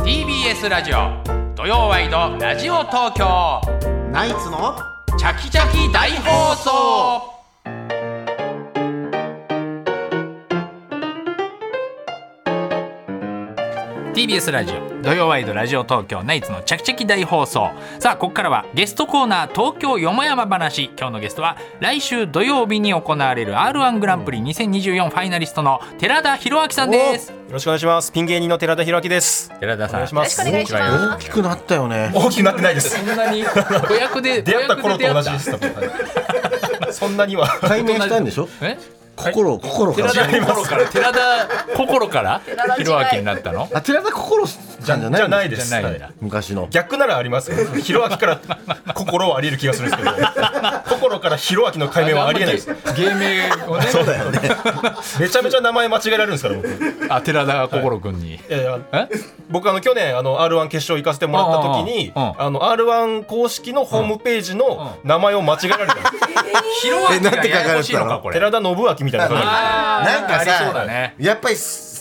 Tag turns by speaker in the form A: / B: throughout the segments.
A: TBS ラジオ土曜ワイドラジオ東京
B: ナイツの
A: チャキチャキ大放送！TBS ラジオ土曜ワイドラジオ東京ナイツのチャキチャキ大放送さあここからはゲストコーナー東京よもやま話今日のゲストは来週土曜日に行われる r 1グランプリ2024ファイナリストの寺田博明さんです
C: よろしくお願いします。ピン芸人の寺田弘明です。
A: 寺田さん
C: お願いします。
D: よろしくお願いします
B: 大きくなったよね
C: 大きくなってないです
A: そ。んなに子役で
C: 出会った頃
A: 子役で
C: と同
A: 出
C: じ
A: 会
C: で
A: っ
C: す。そんなには。
B: 解明したんでしょ
A: たえ
B: 心心か
A: 寺
B: ら
A: 田心から寺田心から弘明になったの
B: あ寺田心ちゃんじゃない
C: じゃないで
A: じゃ
C: す。
A: ないん
C: は
A: だ
C: い
B: 昔の
C: 逆ならあります。弘明から心はありえる気がするんですけど、心から弘明の解明はありえないです。
A: 芸名をね
B: そうだよね
C: めちゃめちゃ名前間違えられるんですから僕。い
A: あ寺田心君に
C: やいや
A: え
C: 僕あの去年あの R1 決勝行かせてもらった時に、
A: うんうんうん
C: あの R1 公式のホームページの名前を間違えら れたんです。
A: 弘明
B: えなんて書かれてたの
A: ややこしいのかこれ
C: 寺田信明みたいな感じで。
A: あー
B: なんか
A: ありそうだ
B: さ、
A: ね
B: やっぱり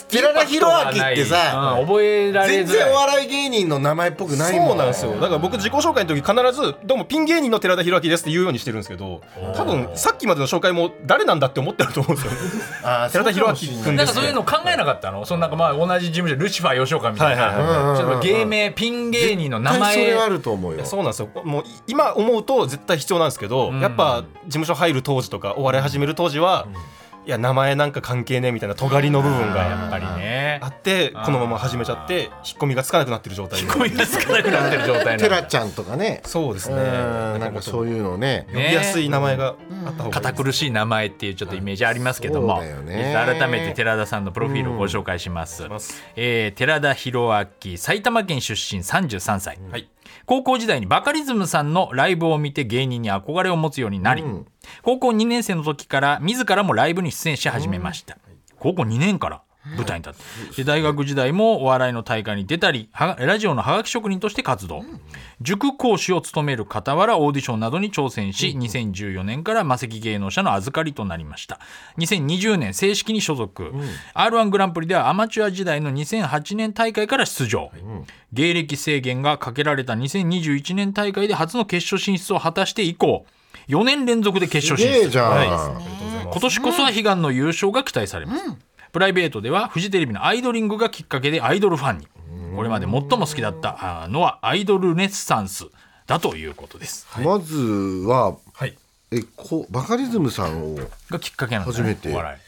B: 寺田博明ってさ、
A: うん覚えられ
B: 全
A: づ
B: 然
A: ら
B: お
A: い
B: 笑い芸人の名前っぽくないもん
C: そうなんですよだから僕自己紹介の時必ず「どうもピン芸人の寺田裕明です」って言うようにしてるんですけど多分さっきまでの紹介も誰なんだって思ってると思うんですよ
B: あー
C: 寺田裕明君
A: な
C: で
A: んか
C: す
A: そういうの考えなかったのそのなんかまあ同じ事務所ルシファー吉岡みたい
C: はいはい
A: な
B: はい
A: ちょっと芸名ピン芸人の名
B: 絶対そ
A: 前
B: れはあると思うよ
C: そうなんですよもうい今思うと絶対必要なんですけど、
A: ん
C: やっぱ事務所入る当時とかお笑い始める当時は、いや名前なんか関係ねえみたいな尖りの部分
A: やっぱ
C: が
A: りね
C: あってこのまま始めちゃって引っ込みがつかなくなってる状態で
A: 声がつかなくなってる状態な
B: 寺
A: の
B: ちゃんとかね
C: そうです
B: う
C: ね
B: んなんかそう
C: いう
B: いうのね
C: 呼びやすい名前があった方がい
A: 堅
C: いです
A: 苦しい名前っていうちょっとイメージありますけども、
B: そうだよね
A: 改めて寺田さんのプロフィールをご紹介します、
C: ます
A: えー寺田博明埼玉県出身33歳、
C: はい
A: 高校時代にバカリズムさんのライブを見て芸人に憧れを持つようになり、
B: ん
A: 高校2年生の時から自らもライブに出演し始めました、高校2年から舞台に立ってで大学時代もお笑いの大会に出たりはラジオのハガキ職人として活動、塾講師を務める傍らオーディションなどに挑戦し、2014年から魔石芸能者の預かりとなりました2020年正式に所属、r 1グランプリではアマチュア時代の2008年大会から出場、芸歴制限がかけられた2021年大会で初の決勝進出を果たして以降4年連続で決勝
B: す
A: 進
B: げ
A: 出
B: えじゃん、
A: 今年こそは悲願の優勝が期待されます、プライベートではフジテレビのアイドリングがきっかけでアイドルファンにこれまで最も好きだったあーのはアイドルネッサンスだということです
B: まずは
C: はい
B: えこうバカリズムさんをちょっ
A: がきっかけなんですね
B: 初めて
A: お笑い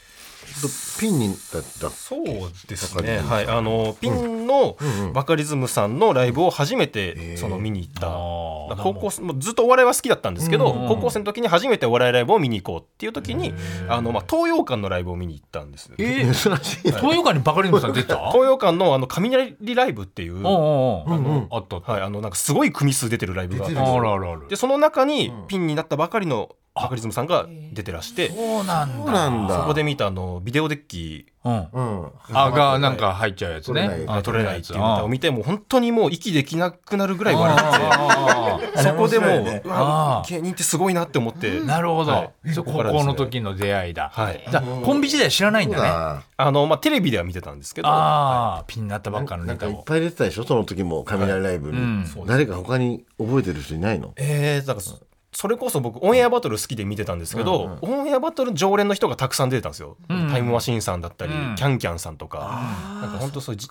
B: とピンにだった
C: そうです
B: バカリ
C: ね、
B: ズム
C: はい、あのピンのバカリズムさんのライブを初めてその見に行った、
A: ー
C: だから高校生もうずっとお笑いは好きだったんですけど、高校生の時に初めてお笑いライブを見に行こうっていう時に、あのまあ、東洋館のライブを見に行ったんです、
A: えー
B: 珍しいな
A: 東洋館にバカリズムさん出た
C: 東洋館のあの雷ライブってい
A: お
C: う、
A: う
C: は
A: おうおうあったあった
C: い、あのなんかすごい組数出てるライブがあっ
B: 出
C: て
B: てる
A: あらあらあら
C: でその中にピンになったばかりのバカリズムさんが出てらして、
A: そうなん
B: そう
A: だ
B: なんだ
C: そこで見たあのビデオデッキ
A: うん
B: うん
A: あがなんか入っちゃうやつ
B: 取れな
A: ね
B: い
A: あ
C: あ取れないっていう歌を
A: 見
C: 見てもう本当にもう息できなくなるぐらい笑って
A: あー
C: そこでも
B: あれ
C: う、
B: 面白いね
C: うわ
A: あー
C: 芸人ってすごいなって思っ て、
A: なるほど、
C: はい
A: そう
C: こ
A: 高
C: こからで
A: 校
C: すね
A: の時の出会いだ、
C: はい
A: じゃあコンビ時代知らないん
B: そう
A: だね
B: だ
C: あのまあテレビでは見てたんですけど、
A: ああーピンになったばっかのネ
B: なんか
A: タ
B: いっ
A: を
B: ぱい出てたでしょその時も雷ライブに、
A: うん
B: 誰か他に覚えてる人いないの
C: えー、だからそそれこそ僕オンエアバトル好きで見てたんですけど、オンエアバトル常連の人がたくさん出てたんですよ、
A: ん
C: タイムマシーンさんだったり、
A: うん
C: キャンキャンさんとかなんか本当そういうじ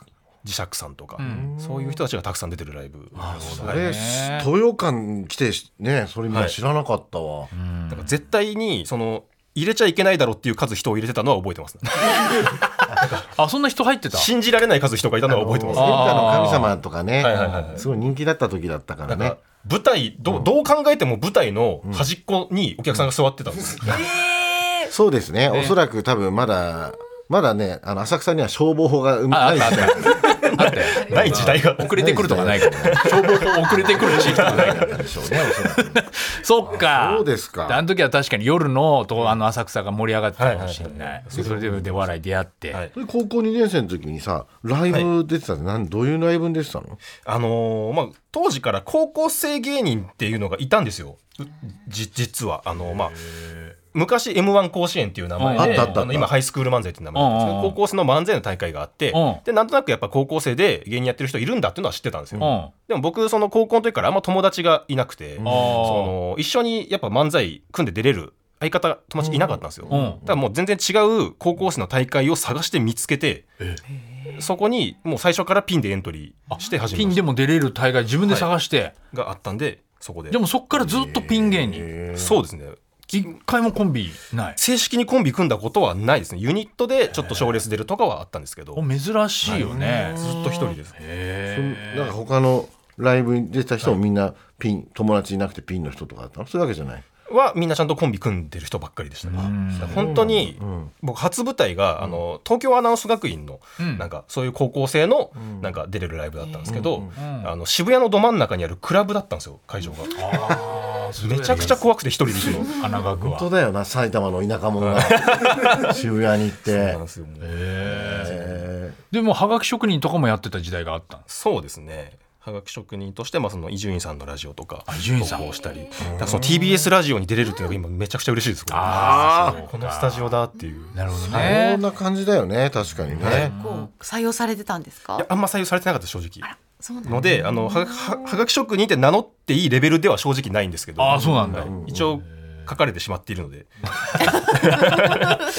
C: 磁石さんとか、そういう人たちがたくさん出てるライブ
B: あ
C: はい
B: れ
A: ね
B: 東洋館来てねそれ今知らなかったわ、
C: だから絶対にその入れちゃいけないだろうっていう数人を入れてたのは覚えてます、
A: あそんな人入ってた
C: 信じられない数人がいたのは覚えてます
B: センターの神様とかね
C: はいはいはいは、い
B: すごい人気だった時だったから
C: なん
B: ね
C: か。舞台どうどう考えても舞台の端っこにお客さんが座ってたんです、
B: そうですね。おそらく多分まだ、まだね、あの、浅草には消防法がう
A: ああ
B: ま
A: っ
B: い
A: たあっ
B: 時代
A: たあったよ
C: ない時代が
A: 遅れてくるとかないかも消防法遅れてくる地域とかないか
B: だ
A: ら
B: ったでしょうね、おそらく。
A: そっか
B: そうですか
A: あの時は確かに夜のとあの浅草が盛り上がってたかもしれない,、それででお笑い出会って、
C: はい
B: それ高校2年生の時にさ、ライブ出てたの、なんどういうライブに出てたの
C: あのーまあ、当時から高校生芸人っていうのがいたんですようじ実はあのーまあ昔 m 1甲子園っていう名前
A: うんあっ
C: で
A: た
B: あったあった
C: の今ハイスクール漫才っていう名前なんですけ
A: うん
C: ど
A: うんうん
C: 高校生の漫才の大会があって
A: うん
C: でなんとなくやっぱ高校生で芸人やってる人いるんだっていうのは知ってたんですよ
A: うん
C: でも僕その高校の時からあんま友達がいなくてその一緒にやっぱ漫才組んで出れる相方友達いなかったんですよ
A: うん
C: だからもう全然違う高校生の大会を探して見つけてそこにもう最初からピンでエントリーして始
A: ピ
C: め
A: ン
C: ま
A: で
C: し
A: も出れる大会自分で探して、
C: たがあったんでそこで
A: でもそっからずっとピン芸人
C: そうですね
A: 一回もコンビない
C: 正式にコンビ組んだことはないですねユニットでちょっと賞レース出るとかはあったんですけど
A: お珍しいよね、
C: ずっと一人です
A: へ
B: なんか他のライブに出た人もみんなピン、友達いなくてピンの人とかだったのそういうわけじゃない。
C: はみんなちゃんとコンビ組んでる人ばっかりでしたね
A: ん
C: 本当に僕初舞台があの東京アナウンス学院の
A: うん
C: なんかそういう高校生のなんか出れるライブだったんですけど
A: ん
C: あの渋谷のど真ん中にあるクラブだったんですよ会場がめちゃくちゃ怖くて一人で行くの
A: え花学は
B: 本当だよな、埼玉の田舎者 が渋谷に行って
C: なん。ですよもう
B: え
A: でもはがき職人とかもやってた時代があったんです
C: そうですねはがき職人としてまあその伊集院さんのラジオとか
A: 伊集院さん
C: 投稿したりだからその TBS ラジオに出れるっていうのが今めちゃくちゃ嬉しいです
A: あー
C: このスタジオだっていう
A: なるほど
B: ーそんな感じだよね、確かにね。
D: こう採用されてたんです
C: いや
D: か
C: あんま採用されてなかった正直
D: そうなん
C: のであのはははがき職人って名乗っていいレベルでは正直ないんですけど
A: ああそうなんだ
C: はい一応書かれてしまっているので
D: だ買わ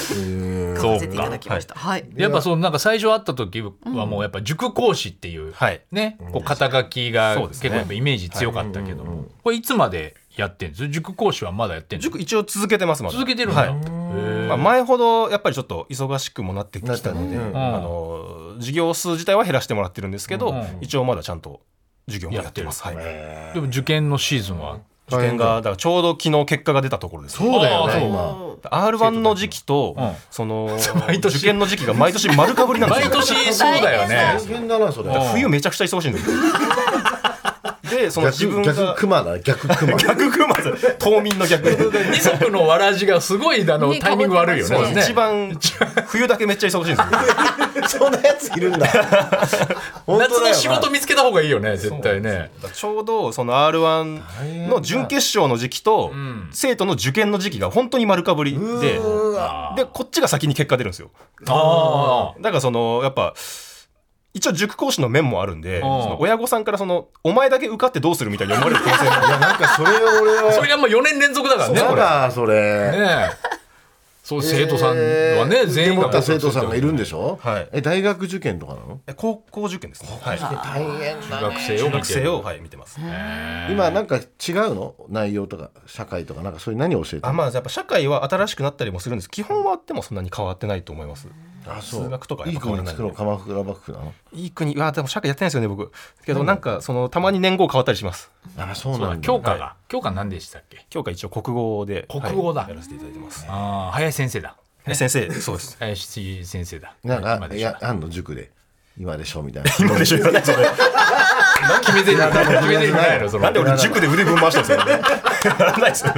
D: せていただきましたはい
A: やっぱそのなんか最初会った時はもうやっぱ塾講師っていう、
C: はい
A: ね、こう肩書きが
C: そうで
A: 結
C: す
A: 構
C: ね
A: やっぱイメージ強かったけども、これいつまでやってんです塾講師はまだやってんの
C: 塾一応続けてますまだ
A: 続けてるん
C: は
A: だ、
C: い
A: ま
C: まあ、
A: あま
C: 前ほどやっぱりちょっと忙しくもなってきたので、
B: なったねうん
C: あの授業数自体は減らしてもらってるんですけど、
A: うん
C: 一応まだちゃんと授業もやってます。はい、
A: でも受験のシーズンは
C: 受験がだからちょうど昨日結果が出たところです、
B: そうだよ
A: あー
B: ね、
A: そう
B: 今。
C: R1 の時期と、
A: うん
C: その
A: 毎年
C: 受験の時期が毎年丸かぶりなんです
A: 毎
C: よ。
A: 年そうだよ
B: 大
A: ね
B: 変だな、それ。
A: うん
C: 冬めちゃくちゃ忙しいん ですよ。でその自分
B: 逆、
C: が
B: 逆熊だ、逆熊。
C: 逆熊さん冬眠の逆
A: 二足のわらじがすごいあの
D: ね
A: タイミング悪いよ
D: そう
A: ね
D: です
A: ね
C: 一番冬だけめっちゃ忙しいんですよ。
B: そんなやついるんだ。 本当
A: 夏
B: だ
A: の
B: よ
A: 仕事見つけた方がいいよね絶対ね
C: ちょうどその R1 の準決勝の時期と
A: ん
C: 生徒の受験の時期が本当に丸かぶりででこっちが先に結果出るんですよ
A: あ
C: だからそのやっぱ一応塾講師の面もあるんで
A: ん
C: その親御さんからその「お前だけ受かってどうする?」みたいに思われる可能性
B: いや、なんかそれは俺
A: あ
B: は。
A: それがもう4年連続だからね
B: や
A: これ
B: だ、それ。
A: ねえそう生徒さんはね、
B: えー
A: 全員
B: で持った
A: が
B: 生徒さんがいるんでし ょ
C: はい
B: え大学受験とかなの
C: も高校受験ですね、はい、
B: 大変だ
A: 学生を
C: 中
A: 見
C: 学
A: て
C: 生
A: る
C: を、はい、見てます
B: 今なんか違うの内容とか社会とかなんかそういう何を教えて
C: あ
B: るの
C: まあやっぱ社会は新しくなったりもするんです基本はでもそんなに変わってないと思います
B: あ
C: 数学とかや
B: い
C: っ
B: い
C: ぱ変わら
B: 国
C: ない
B: 作ろう鎌倉幕府なの
C: いい国はでも社会やってないんですよね僕けどなんかそのたまに年号変わったりします
B: あそう
A: そう
B: な
A: だ
B: んだ
A: 教科が、教科何でしたっけ
C: 教科一応国語で
A: 国語だ
C: はいやらせていただいてます
A: ああ林先生だ
C: え先生そう です
A: 林先生だ
B: なん
A: 今
B: か
A: で
B: い
A: しょ
B: やあんの塾で今でしょみたいな
C: 今でしょ今でしょ
A: 決めてる決めてるないのその
C: なんで俺塾で腕ぶん回したんですかやらないですよ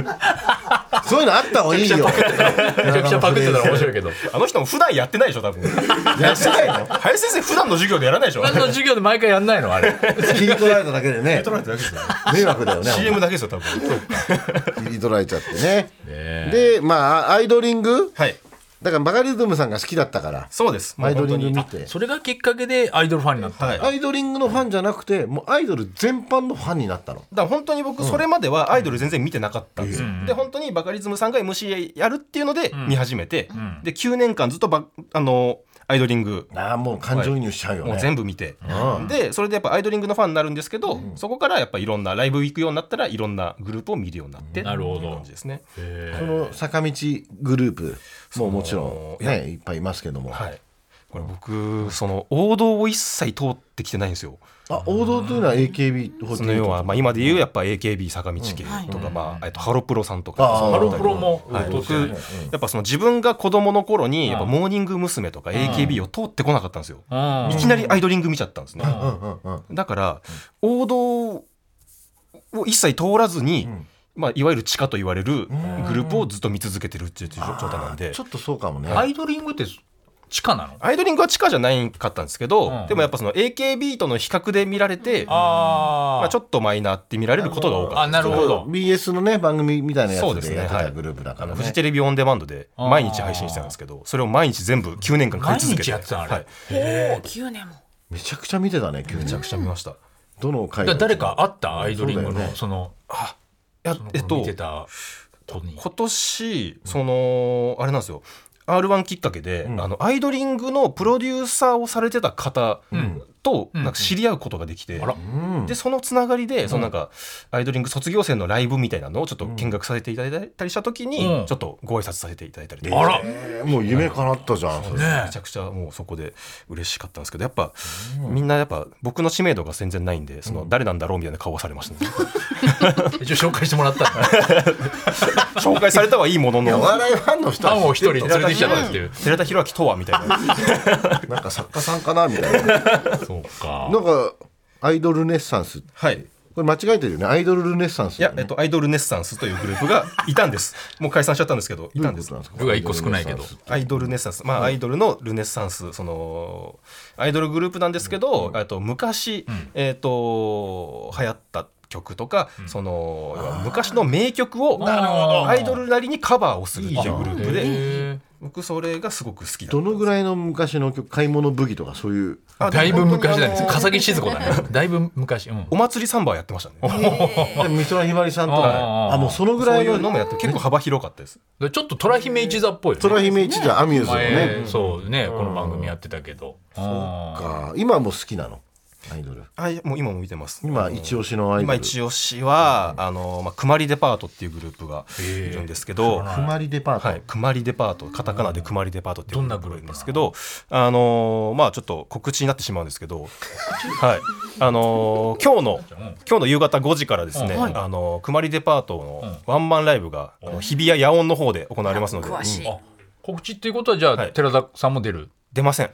B: そういうのあった方がいいよ
A: めちゃくちゃパクってたら面白いけど
C: あの人も普段やってないでしょ多分
B: やってないの
C: 林先生普段の授業でやらないでしょ
A: 何の授業で毎回やんないのあれ
B: 切り取られただけでね
C: 取られてるだけですよ
B: 迷惑だよね
C: CM だけですよ多分
B: 切り取られちゃってね
A: え
B: でまあアイドリング
C: はい
B: だからバカリズムさんが好きだったから
C: そうですも
B: ア
C: う
B: イ
C: 本
B: ドリ
C: 当
B: ング
C: に
B: 見て
A: それがきっかけでアイドルファンになった、
C: はいだ
B: ア
C: か
B: イドリングのファンじゃなくてもうアイドル全般のファンになったの
C: ら本当に僕それまではアイドル全然見てなかったんですよで本当にバカリズムさんが MC やるっていうので見始めてで9年間ずっとばあのアイドリング
B: ああもう感情移入しちゃうよね、
C: もう全部見て、
B: ん
C: でそれでやっぱアイドリングのファンになるんですけど、そこからやっぱいろんなライブ行くようになったらいろんなグループを見るようになって
A: なるほど
C: っていう感じですね、
B: その坂道グループももちろん
C: その
B: ねいっぱいいますけども、
C: はいこれ僕その王道を一切通ってきてないんですよ
B: あ王道というのは AKB48
C: その要は、まあ、今で言うやっぱ AKB 坂道系とか、まあ、えっとハロプロさんとか
B: あー
C: その
A: ハ
C: 辺
A: ロ
C: り
A: プロも、
C: はい、
A: と
C: 僕やっぱその自分が子供の頃にやっぱ
A: うん
C: モーニング娘。とか AKB を通ってこなかったんですよ、
A: うん
C: いきなりアイドリング見ちゃったんですね、
B: うんうんうん
C: だから、王道を一切通らずに、まあ、いわゆる地下と言われるグループをずっと見続けてるっていう状態なんで
B: ちょっとそうかもね
A: アイドリングって地下なの
C: アイドリングは地下じゃないかったんですけど、
A: うん
C: でもやっぱその AKB との比較で見られて、
A: あ
C: まあ、ちょ
A: っ
C: っとマイナーって見られることが多か
A: あ
C: った
A: なるほど
B: BS のね番組みたいな
C: そう
B: や
C: で
B: つ
C: す
B: で
C: ね
B: やって
C: は
B: た
C: い
B: グループだか
C: あ
B: ら
C: の
B: ね
C: フジテレビオンデマンドで毎日配信してたんですけどそれを毎日全部9年間買い続けて
A: 毎日やってたのあれ
C: はい、
D: おお、九年も。
B: めちゃくちゃ見てたね急に
C: めちゃくちゃ見ました、
B: どの回
A: だ誰かあったアイドリング
B: そう
A: の
B: だよ
A: そ,、
B: ね
A: の
C: あいや
A: その
C: えっと
A: 見てた子に
C: 今年そのあれなんですよ r 1きっかけで、
B: うん
C: あのアイドリングのプロデューサーをされてた方
A: ん
C: と
A: うん
C: なんか知り合うことができて、
A: あら
B: うん
C: でそのつながりで、そのなんかアイドリング卒業生のライブみたいなのをちょっと見学させていただいたりした時に、
A: うん
C: ちょっとご挨拶させていただいたりとか
A: あら
B: えーもう夢叶ったじゃんそれ
A: ね
C: めちゃくちゃもうそこで嬉しかったんですけどやっぱ、みんなやっぱ僕の知名度が全然ないんでその誰なんだろうみたいな顔をされました、ね
A: 一応紹介してもら ったんだ
C: 紹介されたはいいもの
B: いやお
C: の
B: 笑いファンの人
A: ファンを
B: は
A: 一人連れてきちゃったっていう
C: 寺田裕明とはみたいな
B: なんか作家さんかなみた いな
A: そうか
B: なんかアイドルネッサンス
C: はいい
B: これ間違えてるよねアイドルルネッサンスだ
C: や
B: よ、
C: え
B: ね
C: っと、アイドルネッサンスというグループがいたん ですもう解散しちゃったんですけどい
B: ど
C: た
B: うんい
C: で
B: うこ
C: す
B: となんですか
A: 部が一個少ないけど
C: アイドルネッサンス、まあ、アイドルのルネッサンス、そのアイドルグループなんですけど、あと昔、えっ、と流行った曲とか、その要は昔の名曲を
A: なるほど
C: アイドルなりにカバーをするっていうグループ
A: へ
C: で、
A: ー
C: 僕それがすごく好きだ
B: どのぐらいの昔の曲買い物武器とかそういう
C: あで
A: だいぶ昔だね
C: 本当にあの
A: 笠木静子だねだいぶ昔うん
C: お祭りサンバやってましたね。
B: で美空ひばりさんと
A: あ
B: か
A: ー
B: あもうそのぐ
C: そ
B: ら
C: う
B: い
C: いう
B: の
C: のもやって結構幅広かったです。
A: でちょっと虎姫一座っぽいよね
B: 虎姫一座アミューズも
A: 前
B: ね
A: そうねこの番組やってたけどあ
B: か今もう好きなのアイドル
C: あいやもう今も見てます。
B: 今一押しのアイド
C: 今
B: ル
C: 一押しは、あのまあ、くまりデパートっていうグループがいるんですけど、
B: くまりデパート、
C: はい、くまりデパートカタカナでくまりデパートってい
A: ど
C: う
A: んなグループなの
C: んですけどあのーまあちょっと告知になってしまうんですけ どはいあのー今日の今日の夕方5時からですね、
A: うん
C: あのーくまりデパートの
A: う
C: ワンマンライブが、あの日比谷野音の方で行われますので、
D: 詳しい
C: うん
A: あ告知っていうことはじゃあ
C: はい
A: 寺田さんも出る
C: 出ません、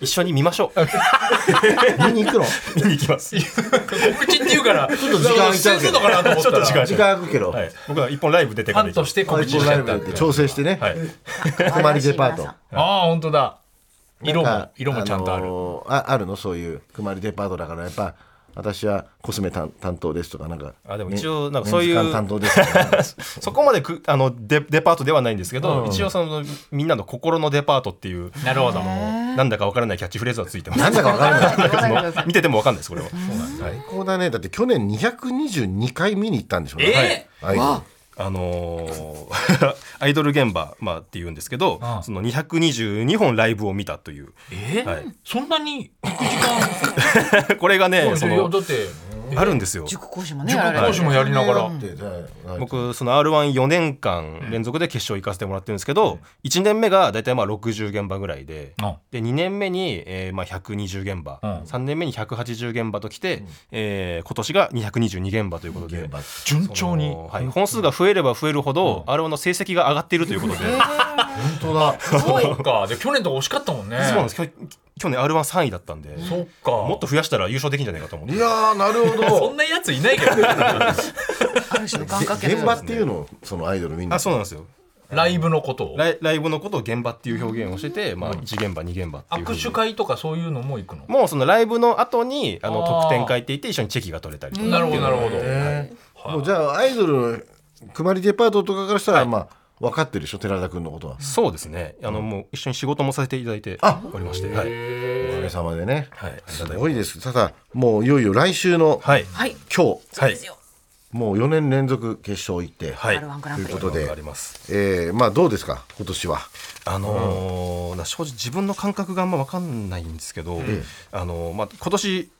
C: 一緒に見ま しょう
B: 見に行くの
C: 見に行きま す
A: 告知っていうからちょっ
B: と時間空いちゃうけど
A: のかなと思ったら
C: ちょっと時間
B: 時間空くけど、
C: はい、僕は一本ライブ出て
A: フ
C: か
A: ァン
C: ら行き
A: と
C: ま
A: し
C: す
A: て告知しちゃった
B: ライブで調整してね、
C: はい、
B: くまりデパート
A: ああ本当だ色
B: なん
A: も
B: か
A: 色もちゃんとある
B: のーああるのそういうくまりデパートだからやっぱ私はコスメ担担当ですとかなんか
C: あでも
B: ね
C: 一応なんかそういう
B: メンズ館担当ですとか
C: そこまでくあのデデパートではないんですけど、一応そのみんなの心のデパートっていう
A: なるほど
C: なんだかわからないキャッチフレーズはついてます。
B: なんだかわからない
D: わかんない
C: 見ててもわかんないですこれは。はい
B: こうだねだって去年222回見に行ったんでしょう
A: え
B: ね、はいはい
C: あのー アイドル現場まあって言うんですけど、
A: うん
C: その222本ライブを見たという。
A: え
C: はい
A: そんなに
C: これがねそ
A: いや
C: の
A: だって
C: あるんですよ。
D: 塾講師もね。
A: 塾
D: やら
A: 講
D: れて
A: 師
D: る
A: もやりながら
B: でじゃあはい
C: 僕その r 1 4年間連続で決勝行かせてもらってるんですけど、1年目が大体まあ60現場ぐらいで、
A: あ
C: で2年目に、えーまあ、120現場、
A: うん
C: 3年目に180現場ときて、えー今年が222現場ということで。
B: 現場
A: 順調に
C: そのはい、本数が増えれば増えるほど、あれの成績が上がっているということで、
B: 本当だ
A: そうかじゃあ去年とか惜しかったもんね
C: そうなんですきょ去年 r 1 3位だったんで
A: そっか
C: もっと増やしたら優勝できんじゃないかと思って
B: いやーなるほ
A: そ
B: ど
A: んなやついないけどね
D: ある種の願掛け
B: 現場
D: の。
B: っていうのをそのアイドル見に
C: あそうなんですよ
A: ライブのことを
C: ライライブのことを現場っていう表現をしてて、まあ、1現場2現場っていうふう
A: 握
C: に
A: 手会とかそういうのも行くの
C: もうそのライブの後にあの
A: あー
C: 特典会っていって一緒にチェキが取れたりとか
A: なるほどなるほど
B: もうじゃあアイドルのくまりデパートとかからしたら、まあ分かってるでしょ寺田君のことは
C: そうですねあのもう一緒に仕事もさせていただいておりましてはい、
B: おかげさまでね、
C: はい、
B: すごいですただもういよいよ来週の
C: はい
D: はい。
B: 今日
D: そうですよ。
B: もう4年連続決勝行って、
C: はい
D: R1 グランプリ
B: ということで
C: あります
B: えーまあどうですか今年は
C: あのーな正直自分の感覚があんま分かんないんですけど、あのーまあ、今年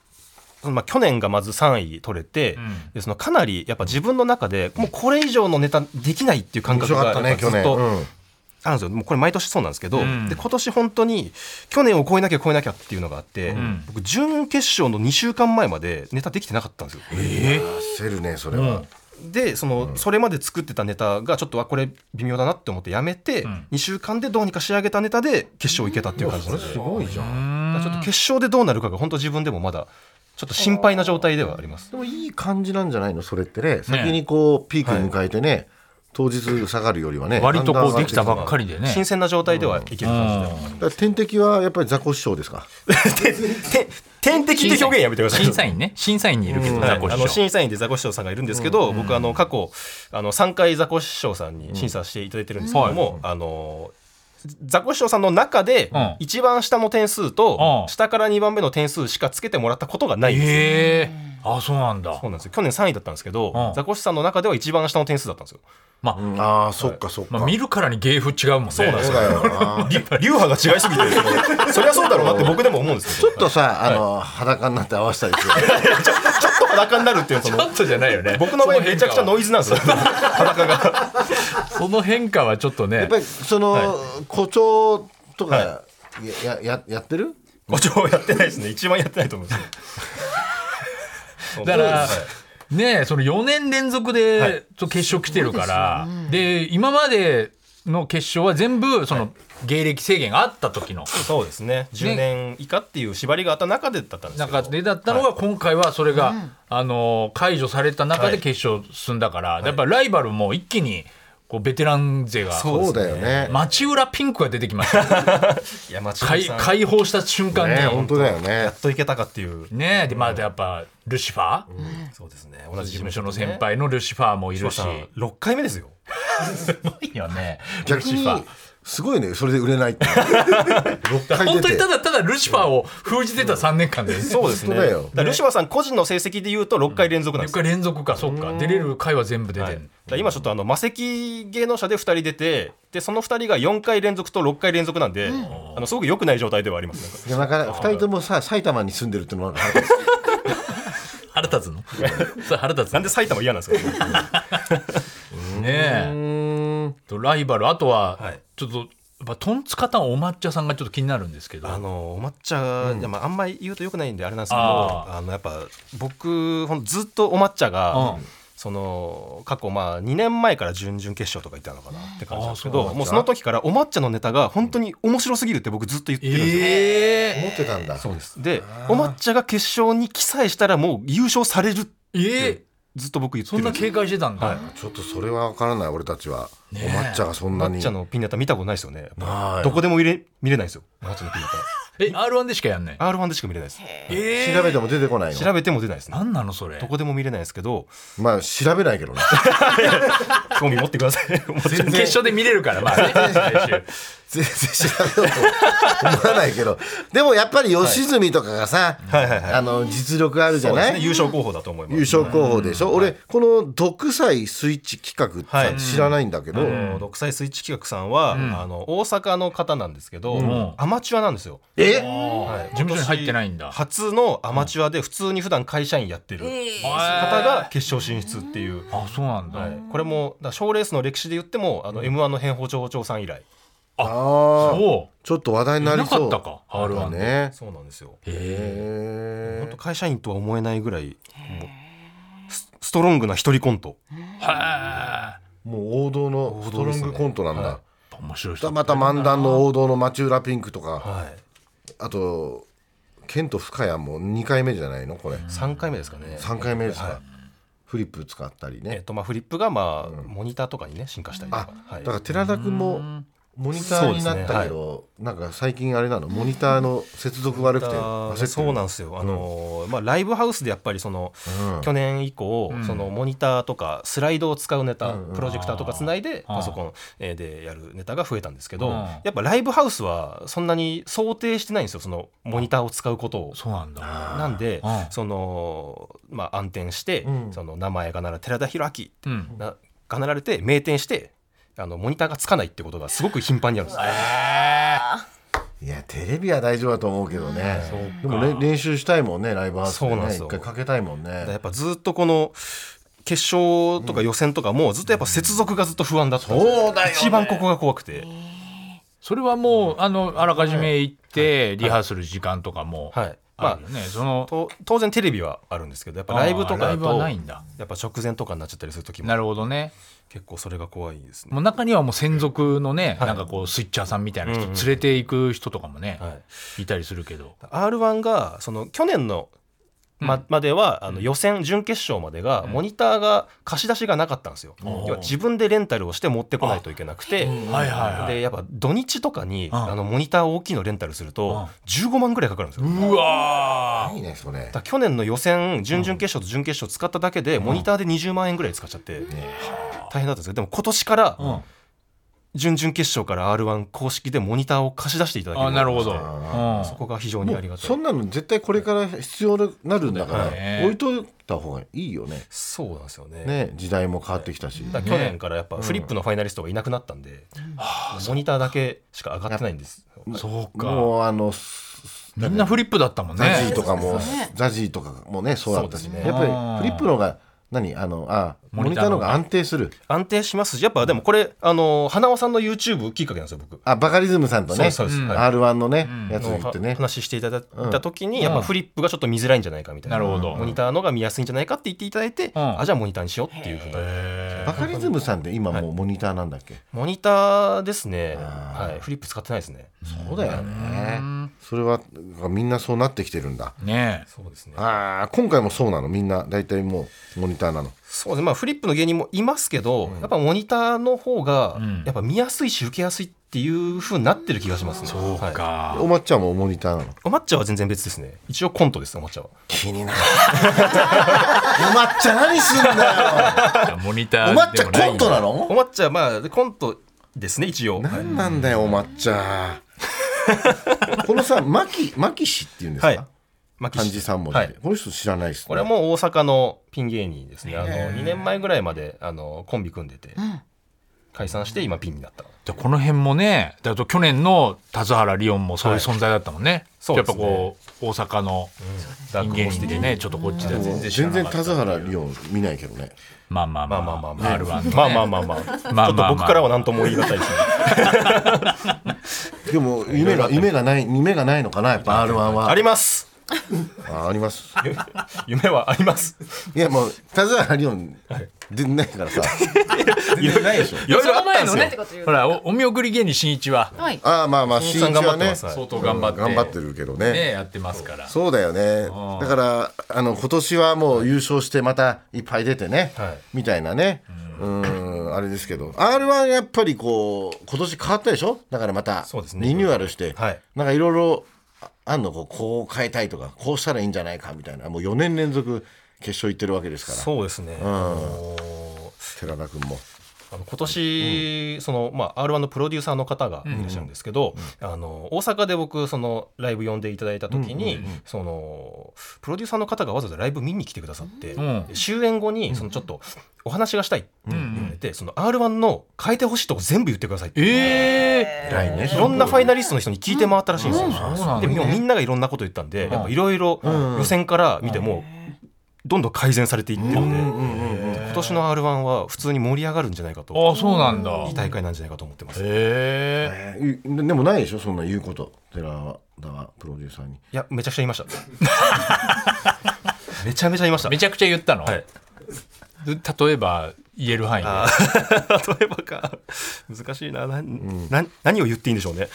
C: まあ、去年がまず3位取れて、
A: ん
C: でそのかなりやっぱ自分の中でもうこれ以上のネタできないっていう感
B: 面
C: 覚
B: 白か
C: が
B: った
C: やっ
B: ね
C: ぱ
B: 去
C: ずっ
B: 年、
C: と
B: うん
C: あるんですよもうこれ毎年そうなんですけど、
A: うん
C: で今年本当に去年を超えなきゃ超えなきゃっていうのがあって、
A: ん
C: 僕準決勝の2週間前までネタできてなかったんですよ。
A: え
B: 焦るねそれ
A: う
B: は
A: ん、
C: でその、それまで作ってたネタがちょっとあこれ微妙だなって思ってやめて、
A: ん
C: 2週間でどうにか仕上げたネタで決勝いけたっていう感じなんですよ
B: ごいじゃん
C: だからちょっと決勝でどうなるかが本当自分でもまだちょっと心配な状態ではあります
B: でもいい感じなんじゃないのそれってね先にこうピークに迎えてね当日下がるよりはね
A: 割とこうできた
B: だんだん上がって
A: ばっかりでね
C: 新鮮な状態ではいける感じで。
B: きただから天敵はやっぱり雑魚師匠ですか
C: て天敵って表現やめてください。
A: 審査員ね審査員にいるけど
C: は
A: ザ
C: い
A: コ
C: あ
A: シ
C: の
A: ショウ
C: 審査員でザコシショウさんがいるんですけど、僕あの過去あの3回ザコシショウさんに審査していただいてるんですけども、あのザコシショウさんの中で
A: うん
C: 一番下の点数
A: う
C: と
A: ん
C: 下から2番目の点数しかつけてもらったことがないんですよ。
A: へえあそうなんだ
C: そうなんですよ去年3位だったんですけど、
A: うん
C: ザコシさんの中では一番下の点数だったんですよ。
A: まあ
B: ああそっかそっか、
A: まあ見るからに芸風違うもんね
C: そうなんです
B: そう
C: よ
B: だよな
C: 流派が違いすぎてるんですけどそりゃそうだろうなって僕でも思うんです
B: ち
C: よ
B: ょっとさあの、裸になって合わせたりする
C: ちょっと裸になるっていうその
A: とじゃないよね
C: 僕の場合めちゃくちゃノイズなんですよ 裸が
A: その変化はちょっと
B: や
A: ね
B: っぱりその、誇張とか、
C: は
B: ややややってる
C: 誇張やってないですね一番やってないと思うんですよ
A: だから
C: はい
A: ねえその4年連続
C: は
A: で
C: い
A: ちょ決勝来てるから、で今までの決勝は全部その芸歴制限があった時の
C: そうですね10年以下っていう縛りがあった中でだったんですけど
A: 中でだったのが今回はそれが、あの解除された中
C: は
A: で
C: い
A: 決勝進んだから、やっぱライバルも一気にこうベテラン勢が
C: そう
B: そうだよね
A: 町浦ピンクが出てきましたね
C: いやまあ千
A: 解
C: 尋さん
A: 解放した瞬間に
B: ね
A: ね
B: 本当だよね
C: やっといけたかっていう
A: えでまだやっぱルシファー、
C: そうですね同
A: 事
C: じ
A: 務所の先輩のルシファーもいるし、
C: 6回目ですよ
A: いいよねル
B: 逆
A: シファ
B: に
A: ー
B: すごいねそれで売 れないって6
A: 本
B: 回出
A: 当に
B: て
A: ただただルシファーを封じてた3年間で、す
C: そうですね
B: 本当だよ
C: からルシファーさん個人の成績で言うと6回連続なんです
A: 4日連続かそっか出れる回は全部出て
C: はい
A: る、
C: だから今ちょっとあの魔石芸能者で2人出てでその2人が4回連続と6回連続なんで、あのすごく良くない状態ではあります、
B: でもなかなか2人ともさ埼玉に住んでるってのもなんか腹
A: 腹立つ
B: 立
A: の それ腹立つ
C: な
A: の
C: んで埼玉嫌なんですか
A: ねえ
B: つ
A: とライバルあとは、
C: はい
A: ちょっとやっぱトンツカタンお抹茶さんがちょっと気になるんですけど
C: あのお抹茶、いやまあ、あんまり言うと良くないんであれなんですけど
A: あ
C: あのやっぱ僕ほんずっとお抹茶が、
A: うん
C: その過去まあ2年前から準々決勝とか行ったのかなって感じなんですけ
A: あー
C: どもうその時からお抹茶のネタが本当に面白すぎるって僕ずっと言ってるんですよ、
A: え
B: 思ってたんだ
C: そうですでお抹茶が決勝に記載したらもう優勝されるって
A: えええ
C: ずっと僕言って
A: そん
C: るんで
A: な
C: す
A: 警戒してたんだ、
C: はい
B: ちょっとそれは分からない俺たちは、
A: ねえ
B: お抹茶がそんなに
C: 抹茶のピンネタ見たことないですよね。
B: ない
C: どこでも見れ見れないですよ。抹茶のピンネ
A: え R1 でしかやんない
C: タ。R1 でしか見れないです。
A: ええ
B: 調べても出てこないの
C: 調べても出ないですね。
A: 何なのそれ
C: どこでも見れないですけど、
B: まあ調べないけどね
C: 興味持ってください。抹茶
A: 決勝で見れるから まあね来週
B: 全然調べようと思わない けどでもやっぱり吉住とかがさ、
C: はいはいはい
B: あの実力あるじゃ
C: そうで
B: な
C: す
B: い、
C: ね。優勝候補だと思います。
B: 優勝候補でしょ、俺この「独裁スイッチ企画」
C: は
B: っ
C: い
B: てさ知らないんだけど、
C: あの独裁スイッチ企画さんは、あの大阪の方なんですけど、
A: ん
C: アマチュアなんですよ。
B: え
C: はい
A: 事務所に入ってないんだ
C: 今年初のアマチュアで普通に普段会社員やってる
D: え
A: 方
C: 方が決勝進出っていう。
A: あそうなんだ、
C: はい、これもだから賞レースの歴史で言ってもあの M1 の変法長長さん以来
B: ああ
A: そ
B: ちょっと話題
A: うい
B: になり
A: な
B: そ
A: か
B: う
A: ったか R1
B: だ
A: で、
B: ね
C: そうなんですよ。
A: え
B: へ
C: 本当会社員とは思えないぐらいもうスストロングな一人コント
A: えは
B: えもう王道のストロングコントなんだ、
C: はい
A: え面白い人
B: だまた漫談の王道の町浦ピンクとか、
C: はい
B: あとケント深谷も2回目じゃないのこれ
C: 3回目ですかね
B: 3回目ですか、
C: はい
B: フリップ使ったり
C: え
B: ね、
C: っとまあフリップがまあモニターとかにね進化したりと
B: あ
C: か、はい
B: だから寺田君もモニターになったけど、なんか最近あれなのモニターの接続悪くて焦ってる
C: そうなんですよ、あのーまあ、ライブハウスでやっぱりその、
B: うん
C: 去年以降、そのモニターとかスライドを使うネタ、プロジェクターとかつないで
A: あー
C: パソコンえーでやるネタが増えたんですけど、
A: うん
C: やっぱライブハウスはそんなに想定してないんですよそのモニターを使うことを。
A: そうなんだ
C: なんで
A: うん
C: そのまあ暗転して、
B: うん
C: その名前がなら寺田裕明
A: うん
C: ながなられて名店してあのモニターがつかないってことがすごく頻繁にあるんですよ。
B: いやテレビは大丈夫だと思うけどね、でも、ね、練習したいもんねライブハウスで
C: そうなんで
B: ね
C: すよ
B: 一回かけたいもん
C: だ
B: ね
C: からやっぱずっとこの決勝とか予選とかもずっとやっぱ接続がずっと不安だったんですよ
B: そうだよね
C: 一番ここが怖くて、
A: それはもうあのあらかじめ行ってリハーサル時間とかも
C: はい
A: あ
C: ま
A: るよ
C: あ
A: ねその
C: と当然テレビはあるんですけどやっぱライブと
A: あー
C: か
A: ライ
C: だ
A: ブは
C: と
A: ないんだ
C: やっぱ直前とかになっちゃったりする時も
A: なるほどね
C: 結構それが怖いですね
A: もう中にはもう専属のねなんかこうスイッチャーさんみたいな人連れていく人とかもね
C: はい
A: いたりするけど
C: R1 がその去年のままでは、あの予選準決勝までがモニターが貸し出しがなかったんですよ、
A: ん
C: 要は自分でレンタルをして持ってこないといけなく
A: は
C: て、
A: いはいはい
C: でやっぱ土日とかに、
A: うん
C: あのモニター大きいのレンタルすると、15万ぐらいかかるんですよ。
A: うわ
B: いいねそれ
C: だから去年の予選準々決勝と準決勝使っただけでモニターで20万円ぐらい使っちゃって大変だったんですけどでも今年か
A: ー、うん
C: ら準々決勝から r 1公式でモニターを貸し出していただけ
A: あなるほど、
B: あ
A: うん
C: そこが非常に
B: も
C: ありが
B: う
C: たい
B: そんなの絶対これから必要になるんだから
C: そう
A: だよね
B: 置いといた方がいいよね
C: そうなんですよね
B: ね時代も変わってきたし
C: だから去年からやっぱフリップのファイナリストがいなくなったんで、モニターだけしか上がってないんです
A: そうか
B: もうあの
A: みんなフリップだったもんね
B: ザジーとか
D: そう
B: も
D: ですね
B: ザジーとかもねそうだったし
C: そう
B: や
C: ですね
B: っぱりフリップの方が何あのあ
A: モ
B: モ
A: ニ
B: ニ
A: タ
B: タ
A: ー
B: ー
A: の
B: の
A: 方
B: 方
A: が
B: が安定する
C: 安定しますしやっぱでもこれあの花尾さんの YouTube きっかけなんですよ僕
B: あバカリズムさんとね
C: そうですそうです、はい
B: R1 のね
A: うん
B: やつ言って
C: の
B: ね
C: 話していただいた時に、やっぱフリップがちょっと見づらいんじゃないかみたいな
A: なるほど
C: モニターのが見やすいんじゃないかって言っていただいて、
A: ん
C: あじゃあモニターにしようっていうふうな
B: バカリズムさんって今もうモニターなんだっけ
C: モニターですね、
B: あ
C: はい、フリップ使ってないですね
B: そうだよねそれはみんなそうなってきてるんだ
A: ねえ
C: そうですね
B: ああ今回もそうなのみんな大体もうモニターなの
C: そうですねまあフリップの芸人もいますけど、やっぱモニターの方が
A: ん
C: やっぱ見やすいし受けやすいっていうふうになってる気がしますね、
A: そう
C: はい
A: か、
B: お抹茶もモニターなの
C: お抹茶は全然別ですね。一応コントです、お抹茶は。
B: 気になる お抹茶何すんだよ
A: モニ
B: お
A: ター
B: 抹
A: で
B: 茶
A: もない
B: コ
A: ん
B: ン
A: だ
B: トな
C: お
B: の
C: 抹茶はまあ、コントですね、一応。はい
B: 何なんだよお抹茶このさ牧牧氏っていうんです
C: はい
B: か。
C: マキシ
B: 漢字三文
C: は
B: 字
C: い
B: で。この人知らないですね
C: これはもう大阪のピン芸人ですね。あの、2年前ぐらいまで、あの、コンビ組んでて、解散して今ピンになった。
A: じゃあこの辺もねだと去年の田津原リオンもそういう存在だったもんね,、
C: そう
A: やっ
C: です
A: ぱ
C: ね
A: こう大阪の
C: ダー
A: 人
C: ク
A: 間
C: ホース
A: 人
C: 的
A: で
C: に。
A: ねちょっとこっちでは全然知ら
B: 全
A: な
B: 然
A: かった
B: 田津原リオン見ないけどね
A: まあまあま
C: ま
A: あ
C: あまあまあまあ。
A: R1 ね
C: まあまあまあまあ。ち
A: まあ
C: ょっと僕からは何とも言い難いですね。
B: でも夢が夢がない夢がないのかなやっぱ R1 は
C: あります
B: ああります
C: 夢はあります。
B: いやもう田津原リオン出てないからさ出てないでしょ
C: いろいろあったん
A: その
C: で
A: 前
C: す
A: の
C: よ。
A: ねほらおお見送り芸人しんいちは
D: はい。
B: ああまあまあ
C: 新一
B: 新
C: さん
B: 一
C: 頑張っ
B: は
C: てま
B: ね
C: すはい
A: 相当頑張って、
B: 頑張ってるけど
A: ね
B: ね
A: やってますから
B: そうだよねだからあの今年はもう優勝してまたいっぱい出てね
C: はい
B: みたいなねうんあれですけど r 1やっぱりこう今年変わったでしょだからまた
C: そうですね
B: リニューアルして
C: はい
B: なんかいろいろああんのこうこう変えたいとかこうしたらいいんじゃないかみたいなもう4年連続決勝行ってるわけですから
C: そうですね。あの
B: 寺田君も
C: あの今年、そのまあ R1 のプロデューサーの方がいらっしゃるんですけど、あの大阪で僕そのライブ呼んでいただいた時に、そのプロデューサーの方がわざわざライブ見に来てくださって、
A: ん
C: 終演後にそのちょっとお話がしたいって言われて、その R1 の変えてほしいとこ全部言ってくださいって。
A: ええ
B: 偉いね
C: いろんなファイナリストの人に聞いて回ったらしいんですよ。
A: そうなんだ
C: でもみんながいろんなこと言ったんで、やっぱいろいろ予選から見ても、どんどん改善されていってるんで、今年の R1 は普通に盛り上がるんじゃないかと。
A: ああそうなんだ
C: いい大会なんじゃないかと思ってます。い
A: ええ
B: えででもないでしょそんな言うこと寺田はプロデューサーに
C: や、めちゃくちゃ言い ました。めちゃめちゃ言いました。
A: めちゃくちゃ言ったの、
C: はい。
A: 例えば言える範囲
C: あー例えばか、 難しいな。な、な何を言っていいんでしょうね。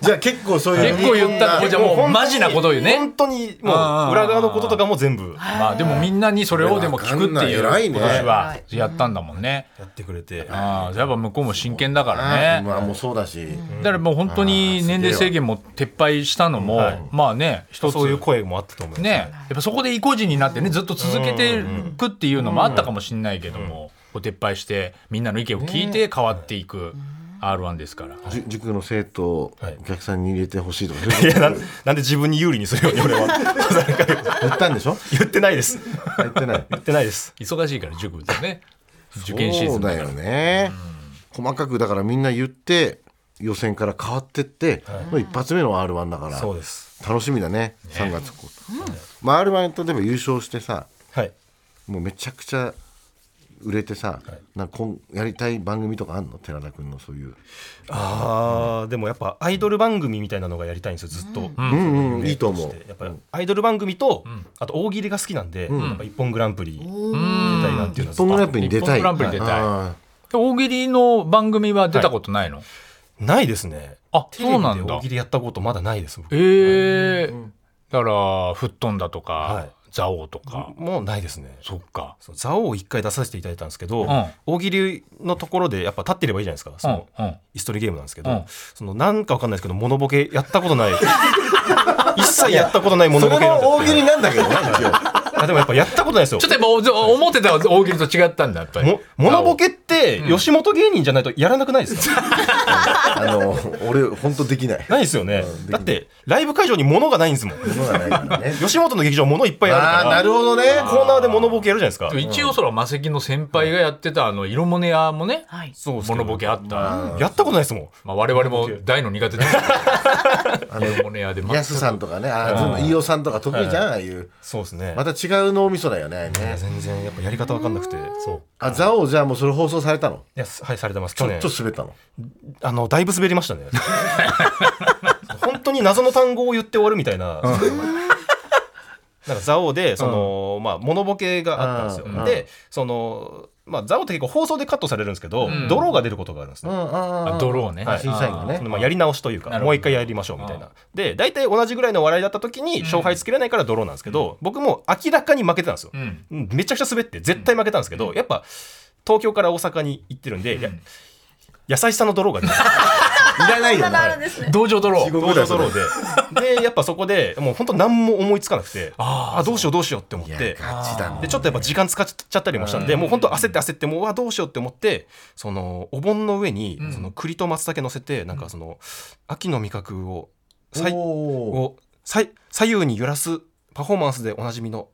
B: じゃあ結構そう
A: で結構言ったのじゃあもうマジなこと言うね
C: 本当に、もう
A: あー
C: 裏側のこととかも全部
A: まあでもみんなにそれをでも聞くっていう
B: わかんない偉い
A: 今
B: ね
A: 年はやったんだもんね、
C: やってくれて。
A: ああやっぱ向こうも真剣だからね
B: まあもうそうだし、
A: だからもう本当に年齢制限も撤廃したのもまあね一つ
C: そういう声もあったと思います。
A: ねやっぱそこで意固地になってねずっと続けていくっていうのもあったかもしれないけどもこう撤廃してみんなの意見を聞いて変わっていく r 1ですから。
B: じゅ塾の生徒を
C: はい
B: お客さんに入れてほしいとか、そう
C: い
B: いう
C: や
B: こ
C: なん、なんで自分に有利にするように俺は
B: と言ったんでしょ
C: 言ってないです。
B: 言ってない
C: 言ってないです。
A: 忙しいから塾でね受験シーズン
B: そうだよね、細かくだからみんな言って予選から変わってって、もう一発目の r 1だから
C: そうです。
B: 楽しみだね3月、まあ、r 1例えば優勝してさ
C: はい。
B: もうめちゃくちゃ売れてさ、なんかこんやりたい番組とかあんの寺田君のそういう、
C: ああ、でもやっぱアイドル番組みたいなのがやりたいんですよ、ずっと。
B: うん、うんいいと思
C: そうしてやっぱりアイドル番組と、あと大喜利が好きなんで、やっぱ一本グランプリ出たいなっていうのは
B: 日本グランプリに出たい
A: 日本グランプリに出たい
B: あ
A: 大喜利の番組は出たことないの、
C: ないですね。
A: あ
C: テレ
A: そう
C: ビ
A: な
C: で
A: んだ
C: 大喜利やったことまだないです。僕
A: えーだから吹っ飛んだと
C: は
A: か
C: い
A: 蔵王とか
C: もうないですね
A: そっか
C: そう蔵王を一回出させていただいたんですけど、
A: ん
C: 大喜利のところでやっぱ立ってればいいじゃないですかその、
A: うんうん
C: 椅子取りゲームなんですけど、
A: うん
C: そのなんかわかんないですけどモノボケやったことない 一切やったことないモノボ
B: そ
C: ケ
B: れ
C: なん
B: も
C: で
B: 大喜利なんだけどな一応
C: あでもやっぱやったことないですよ
A: ちょっとやっぱおじょ思ってた大喜利と違ったんだやっぱり
C: もモノボケって吉本芸人じゃないとやらなくないですか、
B: あの俺本当できない
C: ないですよね、
B: うん
C: だってライブ会場に物がないんですもん
B: ものがないからね
C: 吉本の劇場物いっぱいある
B: あ
C: か
B: あな
C: ら
B: るほどね
C: コーナーでモノボケやるじゃないですか
A: でも一応そら魔石の先輩がやってたあの色モネ屋もね
D: はい。
C: そうですけ
A: モ
C: ど
A: ノボケあった、
B: ま
C: やったことないですもん
A: まあ、我々も大の苦手ですけ
B: あ
A: ど
B: の
A: 色モネ屋で
B: ヤスさんとかねあーずん飯尾さんとか得意じゃんああいう
C: そうですね
B: また違う脳みそだよねあれね
C: 全然やっぱやり方わかんなくてそう
B: あザオじゃあもうそれ放送されたの
C: いやすはいされてます
B: ちょ
C: 去
B: っ
C: 年
B: と滑ったの
C: あのだいぶ滑りましたね 本当に謎の単語を言って終わるみたいな、なんか蔵王でその、まあモノボケがあったんですよ、
B: うん
C: でそのまあ蔵王って結構放送でカットされるんですけど、
A: ん
C: ドローが出ることがあるんですね、
B: あ
A: あドローね
B: 審査員がね
C: そのまあやり直しという
A: な
C: か
A: るほど
C: もう一回やりましょうみたいなで大体同じぐらいの笑いだった時に勝敗つけれないからドローなんですけど、僕も明らかに負けてたんですよ、
A: うん
C: うんめちゃくちゃ滑って絶対負けたんですけど、やっぱ東京から大阪に行ってるんで、いや優しさのドローが出てきた
B: いらないよ
D: まだあ
B: な
D: るんですね。
A: 道場ドロ
B: 地獄
A: ー
B: 僕だよそれ
C: 道場ドローででやっぱそこでもう本当何も思いつかなくて
A: あ
C: あどうしようどうしようって思っ
B: いや
C: て
B: ガチだね
C: でちょっとやっぱ時間使っちゃったりもしたんでもう本当焦って焦ってもううわどうしようって思ってそのお盆の上に
A: うん
C: その栗と松茸乗せてなんかその秋の味覚を最
B: おー
C: を左左右に揺らすパフォーマンスでおなじみの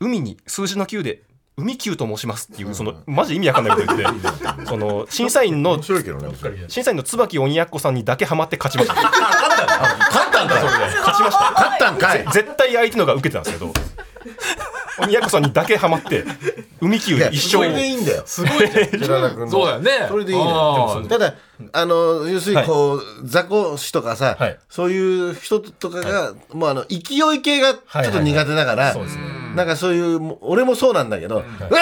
C: 海に数字の9で海9と申しますっていうそのマジ意味わかんないこと言ってその審査員の
B: 面白いけどね
C: 審査員の椿鬼奴さんにだけハマって勝ちました
B: 勝ったんだ
C: 勝ちました
B: 勝ったんかい
C: 絶対相手のが受けてたんですけど鬼奴さんにだけハマって海
B: い
C: 9
B: や
C: 一
B: それ
C: 生
B: でいいんだよ
A: すごいじゃん
B: 寺田君の
A: そうだよね
B: それでいいのよ
A: あー
C: でも
B: ただあの要するにこう、雑魚師とかさ、
C: はい
B: そういう人とかが、もうあの勢い系がちょっと苦手だから、
C: そうですね
B: なんかそういうもう俺もそうなんだけど「うわーうわ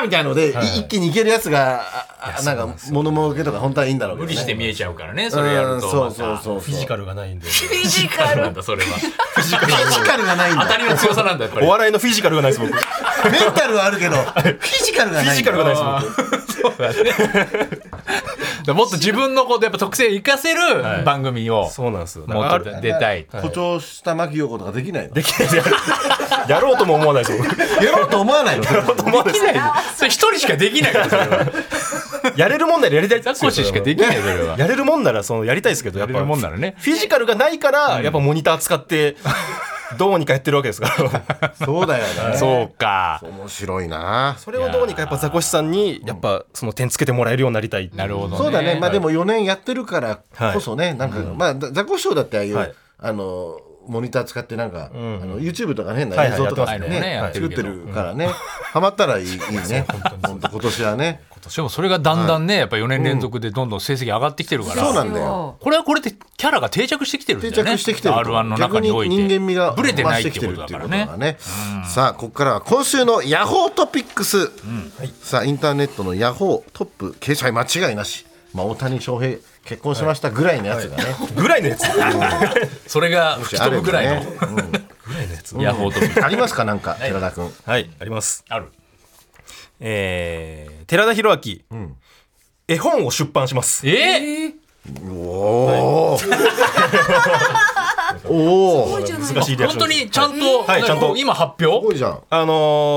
B: ーみたいので、い一気にいけるやつがああなんか物儲けとか本当はいいんだろうけど、
A: 無
B: ね、
A: 理して見えちゃうからねそれやると
B: う
A: ま
B: んそ
A: た
B: うそうそう
C: フィジカルがないんで
D: フィジカル。
A: なんだそれは
B: フィジカルがないん
A: 当た
B: だ
A: りの強さなんだやっぱり
C: お笑いのフィジカルがないです僕フ
B: メンタルはあるけどフィジカルがな
C: ィ
B: い
C: ジカルがないです僕
A: だからもっと自分のことやっぱ特性生かせる番組を
C: そうなんですよ
A: もっと出たい
B: 誇張した牧陽子とかできないので
C: やろうとも思わないです僕
B: やろうと思わないので
A: できないそれ一人しかできないからそれは
C: やれるもんならやりたい
A: ザコシしかできないそれは
C: やれるもんならそのやりたいですけどやっ
A: や
C: ぱ
A: れるもんならね
C: フィジカルがないからやっぱモニター使 ってどうにかやってるわけですから
B: そうだよね
A: そうか
B: 面白いな
C: それをどうにかやっぱザコシさんにやっぱその点つけてもらえるようになりたい
A: なるほど
B: そうだね、まあでも4年やってるからこそね、なんか、まあ、ざザコシショウだってああいう、
C: はい
B: あの、モニター使ってなんか、あの YouTube とか変な
C: はい
B: 映
C: はい
B: 像とか
A: やってますねやって
B: 作
A: る
B: っ
A: け
B: て
A: ど
B: るからね、ハマったらいいいいね。本当今年はね。
A: でもそれがだんだんねやっぱ4年連続でどんどん成績上がってきてるから
B: そうなんだよ。
A: これはこれでキャラが定着してきてるんだ
B: 定
A: よね
B: 着してきてると。
A: R1 の中において
B: 逆に人間味が
A: ブレてない
B: 増
A: っ
B: してきて
A: こ
B: る
A: と
B: っ
A: だ
B: て
A: か
B: いう
A: ら
B: ことだ
A: ね
B: からね。さあ、ここからは今週のヤホートピックス。さあ、インターネットのヤホートップ掲載間違いなし。まあ、大谷翔平結婚しましたぐらいのやつがね。
C: ぐらいのやつ
A: それが吹き飛ぶぐらい
B: あればねうん
A: のヤホーと
B: ありますかなんか寺田君。
C: はいあります
A: ある
C: えー寺田博明、絵本を出版します
A: ええ
B: お お。おお。
D: じゃない
C: 難しいリアク
A: 本
C: ショ
A: 当
C: ンです
A: にちゃんと
C: はいちゃんと
A: 今発
B: すご
A: 表
B: いじゃん。
C: あの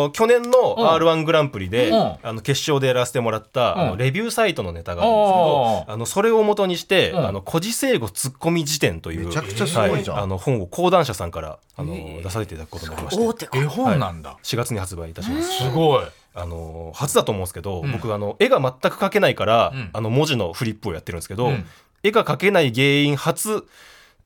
C: ー去年の r 1グランプリで、
A: うん
C: あの決勝でやらせてもらった、あ
A: う
C: の
A: ん
C: レビューサイトのネタがあるんですけど、
A: うん
C: あのそれを元にして、
A: ん
C: あの古事成語ツッコミ辞典という
B: めちゃくちゃすごいじゃん
C: はあの本を講談社さんからあの、出させていただくことになりまして
D: 大手か
A: 絵。本なんだ
C: 4月に発売いたします。
A: すごい
C: あのー初だと思うんですけど、僕あの絵が全く描けないから、
A: うん
C: あの文字のフリップをやってるんですけど、
A: うん
C: 絵が描けない原因初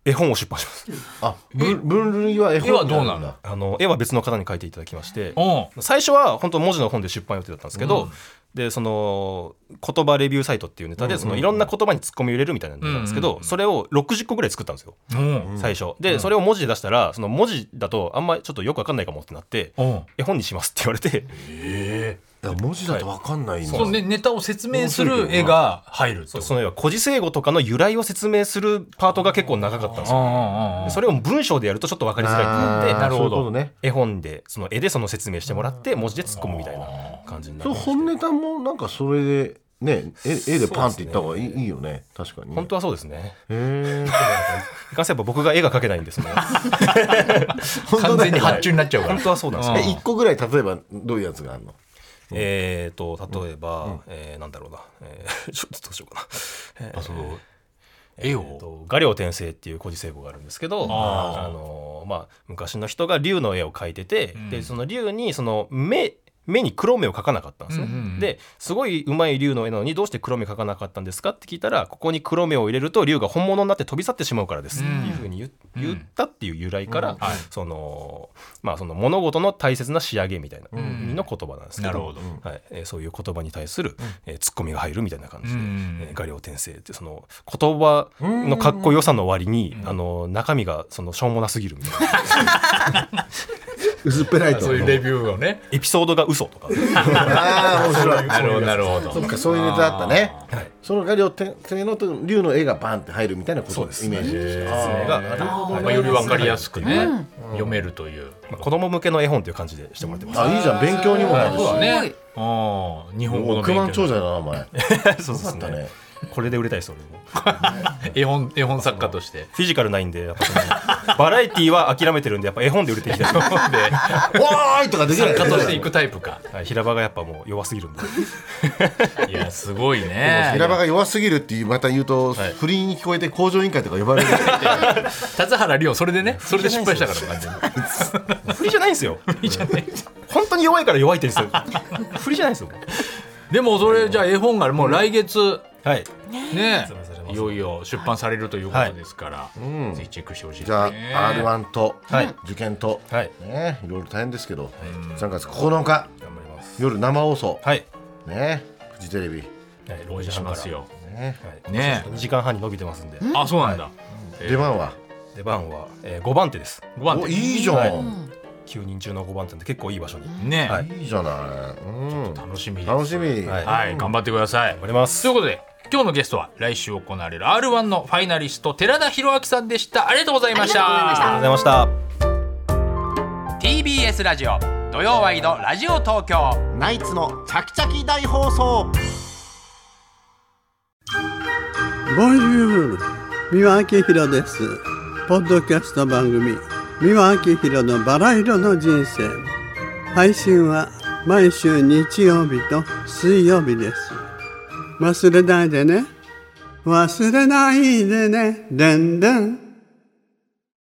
C: 絵本を出版します。
B: あ、分分類は絵本。
A: 絵はどうなんだ。
C: あの絵は別の方に描いていただきまして、
A: うん
C: 最初は本当文字の本で出版予定だったんですけど、でその言葉レビューサイトっていうネタでそのいろんな言葉に突っ込み入れるみたいなのなんですけど、それを60個ぐらい作ったんですよ、
A: うん
C: 最初で、それを文字で出したらその文字だとあんまりちょっとよくわかんないかもってなって、
A: うん
C: 絵本にしますって言われて、
B: いや文字だと分かんない今
A: そうね、ネタを説明する絵が入るって
C: そ
A: こ
C: う
A: と
C: その要は古事成語とかの由来を説明するパートが結構長かったんです
A: うん
C: よ。
A: うんうんうん
C: それを文章でやるとちょっと分かりづらいってなって
B: あー
A: なるほど
B: そういうことね
C: 絵本でその絵でその説明してもらって文字で突っ込むみたいな感じにな
B: そ
C: る
B: う本ネタもなんかそれでね絵絵でパンっていった方がいい,、いいよね確かに
C: 本当はそうですね
B: へえ
C: いかんせば僕が絵が描けないんですもん
A: 完全に発注になっちゃうから
C: 本当はそうなんですよ
A: う
B: え
A: ん
B: 一個ぐらい例えばどういうやつがあるの
C: えーと例えば、えーなんだろうな、えー ちょっとどうしようかな、えー
A: その絵
C: えー
A: を
C: と画領転生っていう古事成語があるんですけど
A: あー
C: あのーまあ、昔の人が竜の絵を描いてて、
A: うん
C: でその竜にその目目に黒目を描かなかったんですね、
A: うんうんうん
C: ですごい上手い竜の絵なのにどうして黒目描かなかったんですかって聞いたらここに黒目を入れると竜が本物になって飛び去ってしまうからですっていうふうに言,、
A: うん
C: 言ったっていう由来から、
A: うんはい
C: そのまあ、その物事の大切な仕上げみたいな意
A: ん
C: 味の言葉なんですけど,、
A: なるほど
C: はいえーそういう言葉に対する、えーツッコミが入るみたいな感じで、
A: うん
C: えー画領転生ってその言葉のかっこよさの割に、
A: うん
C: あの中身がそのしょうもなすぎるみたいな
B: 薄っぺらい
A: そういうレビューをね
C: エピソードが嘘とか
B: ああ面白い
A: なるほどなるほ
B: そっ
A: ど
B: かそういうネタあったね
C: はい
B: その画量天のと竜の絵がバンって入るみたいなこと
C: そうです
B: イメージでした
C: 説明がある
A: ま
C: はい
A: あより分かりやすくね読めるという
C: まあ子供向けの絵本という感じでしてもらってます。
B: あいいじゃん勉強にもなるし
A: そうだ
D: すご
A: ねうん
D: い
A: 日本語の
B: 億
A: 勉
B: 万
A: 強
B: 長者だなお前
C: そうです
B: あったね
C: これで売れたいです俺も。
A: 絵本絵本作家として
C: フィジカルないんでやっぱそのバラエティは諦めてるんでやっぱ絵本で売れていきたいと思うんで、
B: おーいとかできない
A: 作家としていくタイプか
C: はい平場がやっぱもう弱すぎるんで。
A: いやすごいね
B: 平場が弱すぎるっていうまた言うと、
A: はい
B: 不倫に聞こえて工場委員会とか呼ばれる
A: 辰原理央それでねそれで失敗したから完 全に
C: 振りじゃないんですよ。振りじゃない。本当に弱いから弱いって言うんですよ。振りじゃないんですよ。
A: でもそれじゃあ絵本がもう来月
C: はい。
A: ね
C: そうそうそう
A: いよいよ出版されるということですからぜひチェックしてほしいです
B: じゃあ、
A: ね
B: R1 と、
C: はい
B: 受験と、
C: はい
B: ねいろいろ大変ですけど、3月9
C: 頑
B: 日
C: 張ります。
B: 夜生放送、
C: はい。
B: ねフジテレビ
C: はい
A: 応援します。よ
B: ね
C: はい。
A: ね
C: 2時間半に伸びてますんで。
A: あそうなんだえー
B: 出番は、
C: 出番は、えー、5番手です
A: 5番
B: お
A: 手
B: いいじゃん、、
C: は
D: うん
C: 9人中の5番手で結構いい場所に頑
A: ね
C: はい
B: いじゃない、うん、
A: 楽しみです
B: 楽しみ、
C: はい
A: はい頑張ってください
C: 張ります
A: ということで今日のゲストは来週行われる R1 のファイナリスト寺田博明さんでしたありがとうございました
C: ありがとうございました
A: TBS ラジオ土曜ワイドラジオ東京
E: ナイツのチャキチャキ大放送
F: ボンジュール三輪明宏ですポッドキャスト番組三輪明宏のバラ色の人生配信は毎週日曜日と水曜日です忘れないでね忘れないでねでんでん